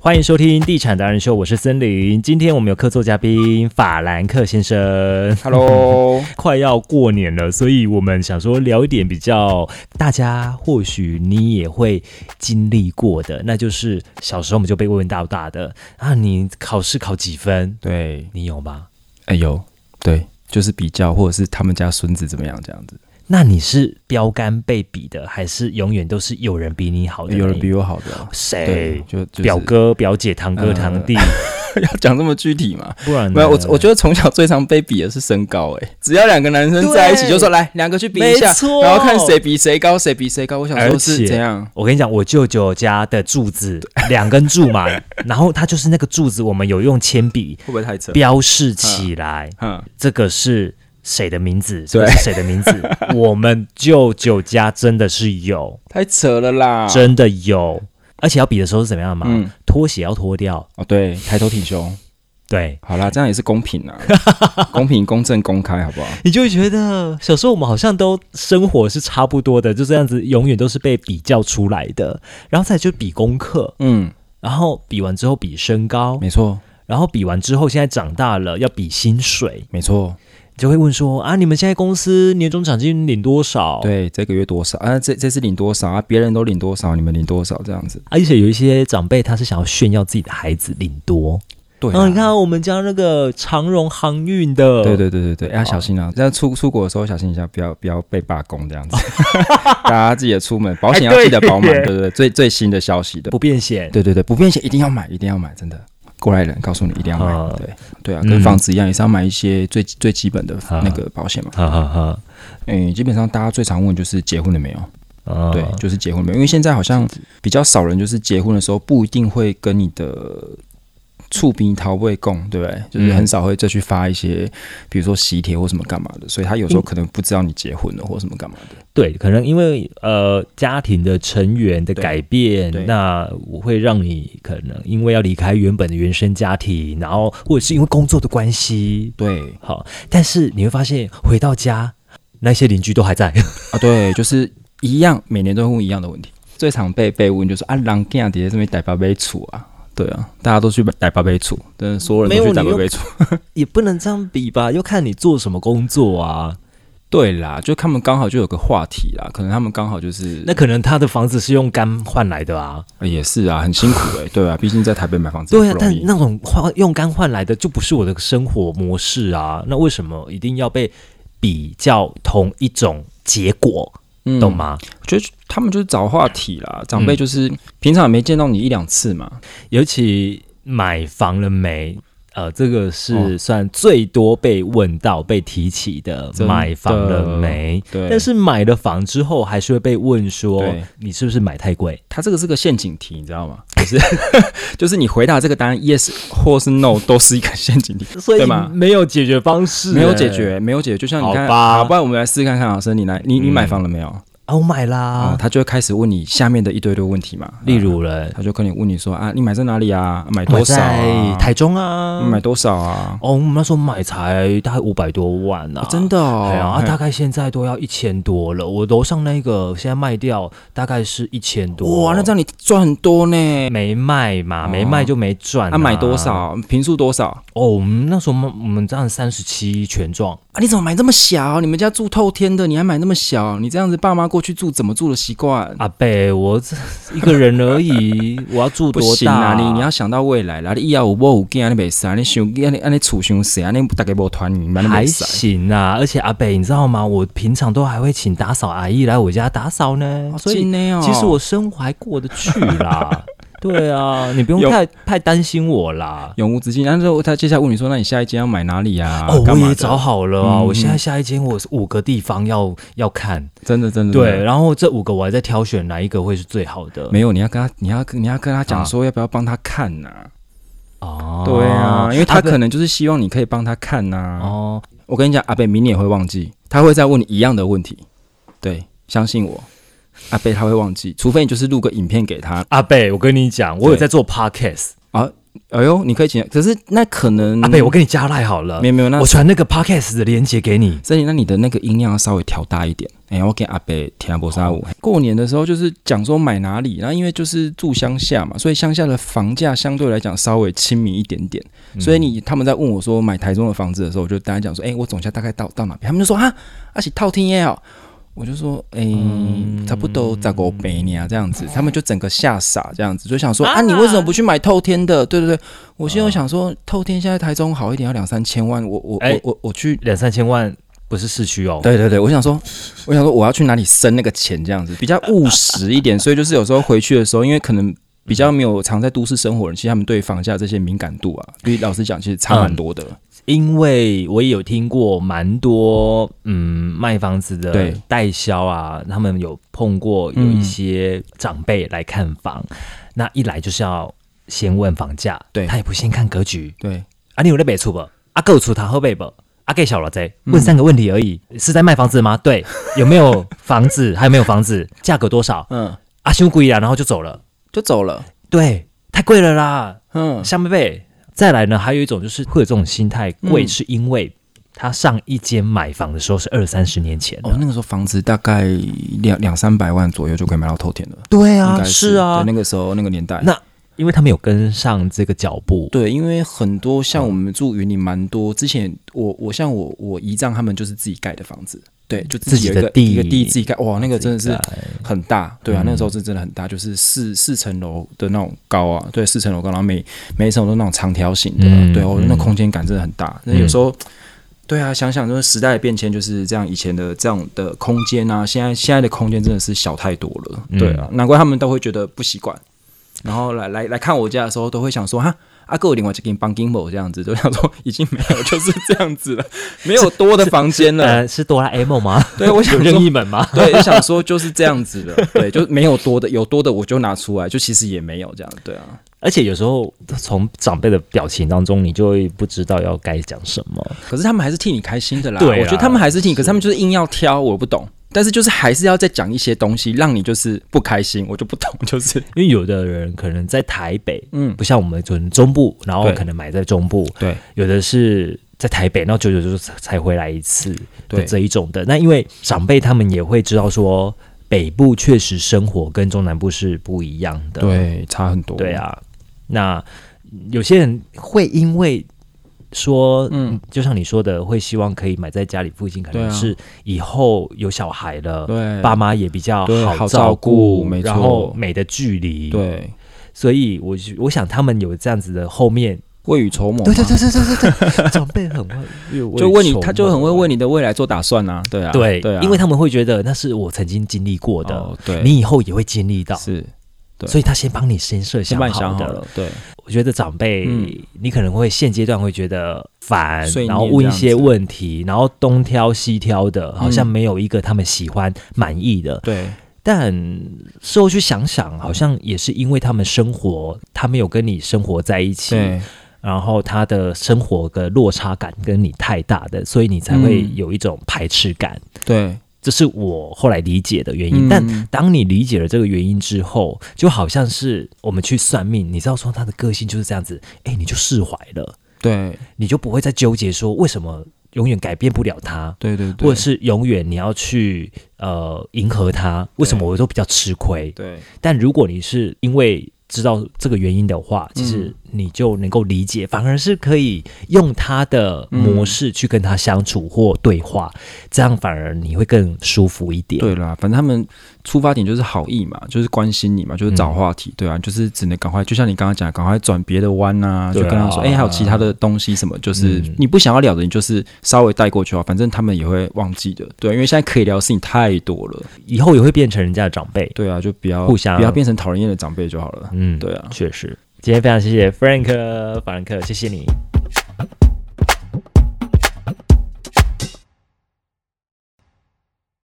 欢迎收听《地产达人秀》，我是森林。今天我们有客座嘉宾法兰克先生。 Hello，快要过年了，所以我们想说聊一点比较大家或许你也会经历过的，那就是小时候我们就被问到大的啊，你考试考几分？对，你有吗？哎有，对，就是比较，或者是他们家孙子怎么样这样子，那你是标杆被比的，还是永远都是有人比你好的那一？有人比我好的啊、对谁，？就、就是、表哥、表姐、堂哥、呃堂弟， 要讲这么具体嘛？不然没有，我我得觉得从小最常被比的是身高、哎，只要两个男生在一起，对就说来两个去比一没下错，然后看谁比谁高，谁比谁高。我想而说且是怎样？我跟你讲，我舅舅家的柱子两根柱 嘛，然后它就是那个柱子，我们有用铅笔会不会太扯？标示起来，嗯，这个是谁的名字，这个是谁的名 字。我们舅舅家真的是有，太扯了啦！真的有，而且要比的时候是怎么样嘛？嗯拖鞋要脱掉，哦，对，抬头挺胸。对。好啦，这样也是公 平啦，公平、公正、公开，好不好？你就会觉得小时候我们好像都生活是差不多的，就这样子，永远都是被比较出来的。然后再就比功课，嗯，然后比完之后比身高，没错，然后比完之后现在长大了要比薪水，没错。就会问说啊，你们现在公司年终奖金领多少？啊对，这个月多少啊？这这次领多少啊？别人都领多少，你们领多少这样子？而且有一些长辈他是想要炫耀自己的孩子领多，对啊嗯、你看我们家那个长荣航运的，对对对对对，要小心啊！要出出国的时候小心一下，不要不要被罢工这 样子。大家自己也出门，保险要记得保满，哎对对对，最最新的消息的，不变现。对对对，不便险一定要买，一定要买，真的。过来人告诉你一定要啊买，对对啊，嗯跟房子一样，也是要买一些最最基本的啊那个保险嘛。哈哈哈，嗯，基本上大家最常问就是结婚了没有？啊对，就是结婚了没有，因为现在好像比较少人，就是结婚的时候不一定会跟你的触鼻桃未供，对不对？嗯就是很少会再去发一些，比如说喜帖或什么干嘛的，所以他有时候可能不知道你结婚了或什么干嘛的。对，可能因为呃家庭的成员的对改变对，那我会让你可能因为要离开原本的原生家庭，然后或者是因为工作的关系，对好，但是你会发现回到家，那些邻居都还在。啊，对，就是一样，每年都会问一样的问题。最常被被问就是啊，狼干底下这边逮八杯醋啊，对啊，大家都去逮八杯醋，但是所有人都没有去逮你八又杯醋。 也不能这样比吧，又看你做什么工作啊。对啦，就他们刚好就有个话题啦，可能他们刚好就是那可能他的房子是用肝换来的啊。呃也是啊，很辛苦哎、对啊，毕竟在台北买房子对啊也不，容但易。那种换用肝换来的就不是我的生活模式啊。那为什么一定要被比较同一种结果，嗯懂？吗？我觉得他们就是找话题啦，长辈嗯就是、平常也没见到你一两次嘛。尤其买房了没？呃，这个是哦算最多被问到、被提起的。真的买房了没？对，但是买了房之后，还是会被问说对你是不是买太贵？他这个是个陷阱题，你知道吗？就是 就是你回答这个答案 yes 或是 no 都是一个陷阱题，所以对吗没有解决方式、没有欸解决，没有解决。就像你看，好吧好不然我们来试看看啊，森你来，你你买房了没有？啊，我买啦。啊，他就会开始问你下面的一堆堆问题嘛，例如了，他就跟你问你说啊，你买在哪里啊？嗯买我多少在啊？台中啊，买多少啊？哦，我们那时候买才大概五百多万啊，哦真的。的哦，哎呀，啊嘿大概现在都要一千多了。我楼上那个现在卖掉大概是一千多。哇，那这样你赚很多呢。没卖嘛，没卖就没赚、哦啊，买多？少？平数多少？啊，哦，我们那时候我们我们这样三十七全幢，你怎么买这么小？你们家住透天的，你还买那么小？你这样子，爸妈过去住怎么住的习惯？阿贝，我这一个人而已，我要住不多行大？啊，你你要想到未来啦，你以后有某有囝，你袂使，你想你你你厝想谁啊？你大概无团圆嘛，你还袂使。行啊，而且阿北，你知道吗？我平常都还会请打扫阿姨来我家打扫呢，所以真的哦其实我生活还过得去 啦。对啊，你不用有太太担心我啦。永无止境。然后他接下来问你说，那你下一间要买哪里啊？哦，干我嘛也的找，好了啊！嗯我现在下一间我是五个地方要要看，真的真的对，，然后这五个我还在挑选哪一个会是最好的。没有，你要跟他，你要你要跟他讲说，要不要帮他看呐？哦，啊对啊，因为他阿伯可能就是希望你可以帮他看呐。哦，我跟你讲，阿贝明年也会忘记，他会再问你一样的问题。对，相信我，阿贝他会忘记，除非你就是录个影片给他嗯阿北，我跟你讲，我有在做 podcast，啊。哎呦，你可以请，可是那可能阿贝，我跟你加赖好了没，有没有那我传那个 podcast 的链接给你。所以那你的那个音量要稍微调大一点。哎、我给阿北听波沙舞。过年的时候就是讲说买哪里，然后因为就是住乡下嘛，所以乡下的房价相对来讲稍微亲民一点点。所以你他们在问我说买台中的房子的时候，我就大家讲说，哎、我总价大概到到哪边？他们就说啊，而且套厅也好。哦我就说，哎、差不多在国北年啊，这样子，他们就整个吓傻，这样子就想说啊，你为什么不去买透天的？对对对，我现在想说，透天现在台中好一点要两三千万，我我哎我我我去两三千万不是市区哦，对对对，我想说，我想说我要去哪里生那个钱，这样子比较务实一点。所以就是有时候回去的时候，因为可能比较没有常在都市生活的人，其实他们对房价这些敏感度啊，因为老实讲，其实差蛮多的。因为我也有听过蛮多嗯卖房子的对代销啊，他们有碰过有一些长辈来看房，那一来就是要先问房价，对他也不先看格局对，啊，你有在北出不？啊，够出他后背不？啊，给小了贼，问三个问题而已，是在卖房子吗？ 对，有没有房子？还有没有房子？价格多少？嗯，啊，修贵啊，然后就走了，就走了。对，太贵了啦，嗯，香贝贝。再来呢，还有一种就是会有这种心态，贵是因为他上一间买房的时候是二三十年前的哦，那个时候房子大概两两三百万左右就可以买到透天了。对应该是对啊，那个时候那个年代。那因为他没有跟上这个脚步，对，因为很多像我们住云林蛮多，之前我我像我我姨丈他们就是自己盖的房子，对，就自自己己有一的个地一个地自己盖，哇，那个真的是自己盖很大，对嗯啊，那时候是真的很大，就是四四层楼的那种高啊，对，四层楼高，然后每每一层楼都那种长条形的，嗯对，我、嗯那空间感真的很大。那有时候，对啊，想想就是时代的变迁就是这样，以前的这样的空间啊，现在现在的空间真的是小太多了，嗯对啊，难怪他们都会觉得不习惯，然后来来来看我家的时候都会想说哈。阿哥，还有另外就给你帮金某这样子，就想说 已经没有，就是这样子了，没有多的房间 了。呃，是哆啦 A 梦吗？对，我想有说任意门 吗？对，就想说就是这样子的， 对，就没有多的，有多的我就拿出来，就其实也没有这样，对啊，而且有时候从长辈的表情当中，你就会不知道要该讲什么。可是他们还是替你开心的啦，对啦我觉得他们还啊是替你，可是他们就是硬要挑，我不懂，但是就是还是要再讲一些东西，让你就是不开心，我就不懂， 就是因为有的人可能在台北，嗯，不像我们可能中部，然后对可能买在中部，对有的是在台北，然后久久就是才回来一次的对这一种的。那因为长辈他们也会知道说，北部确实生活跟中南部是不一样的。对，差很多，对，啊，那有些人会因为说，嗯嗯，就像你说的，会希望可以买在家里附近，可对能啊是以后有小孩了，对啊爸妈也比较对照好照顾顾，没然错后美的距离，，对，所以我就我想他们有这样子的后面未雨绸缪嘛，对对对对对对对， 长辈很会，就为你，他就很会为你，你的未来做打算呐、对啊，对对啊，因为他们会觉得那是我曾经经历过的，哦，对，你以后也会经历到，是对所以他先帮你先设先想帮你好想好的。了，对，我觉得长辈、嗯你可能会现阶段会觉得烦，碎念然后问一些问题，然后东挑西挑嗯的，好像没有一个他们喜欢满意的。对，但事后去想想，好像也是因为他们生活，他没有跟你生活在一起，对，然后他的生活的落差感跟你太大的，所以你才会嗯有一种排斥感。对，这是我后来理解的原因。嗯但当你理解了这个原因之后，就好像是我们去算命，你知道说他的个性就是这样子，哎，你就释怀了，对，你就不会再纠结说为什么永远改变不了他。对对对，或者是永远你要去呃迎合他，为什么我都比较吃亏？对，但如果你是因为知道这个原因的话，其嗯实你就能够理解，反而是可以用他的模式去跟他相处或对话，这样反而你会更舒服一点。对啦，反正他们出发点就是好意嘛，就是关心你嘛，就是找话嗯题，对啊，就是只能赶快，就像你刚刚讲，赶快转别的弯啊，就对啊嗯跟他说，哎、还有其他的东西什么，就是、你不想要聊的，你就是稍微带过去啊，反正他们也会忘记的，对，啊因为现在可以聊的事情太多了，以后也会变成人家的长辈。对啊，就不要互相不要变成讨人厌的长辈就好了，嗯，对啊，确实。今天非常谢谢 Frank 法兰克，谢谢你。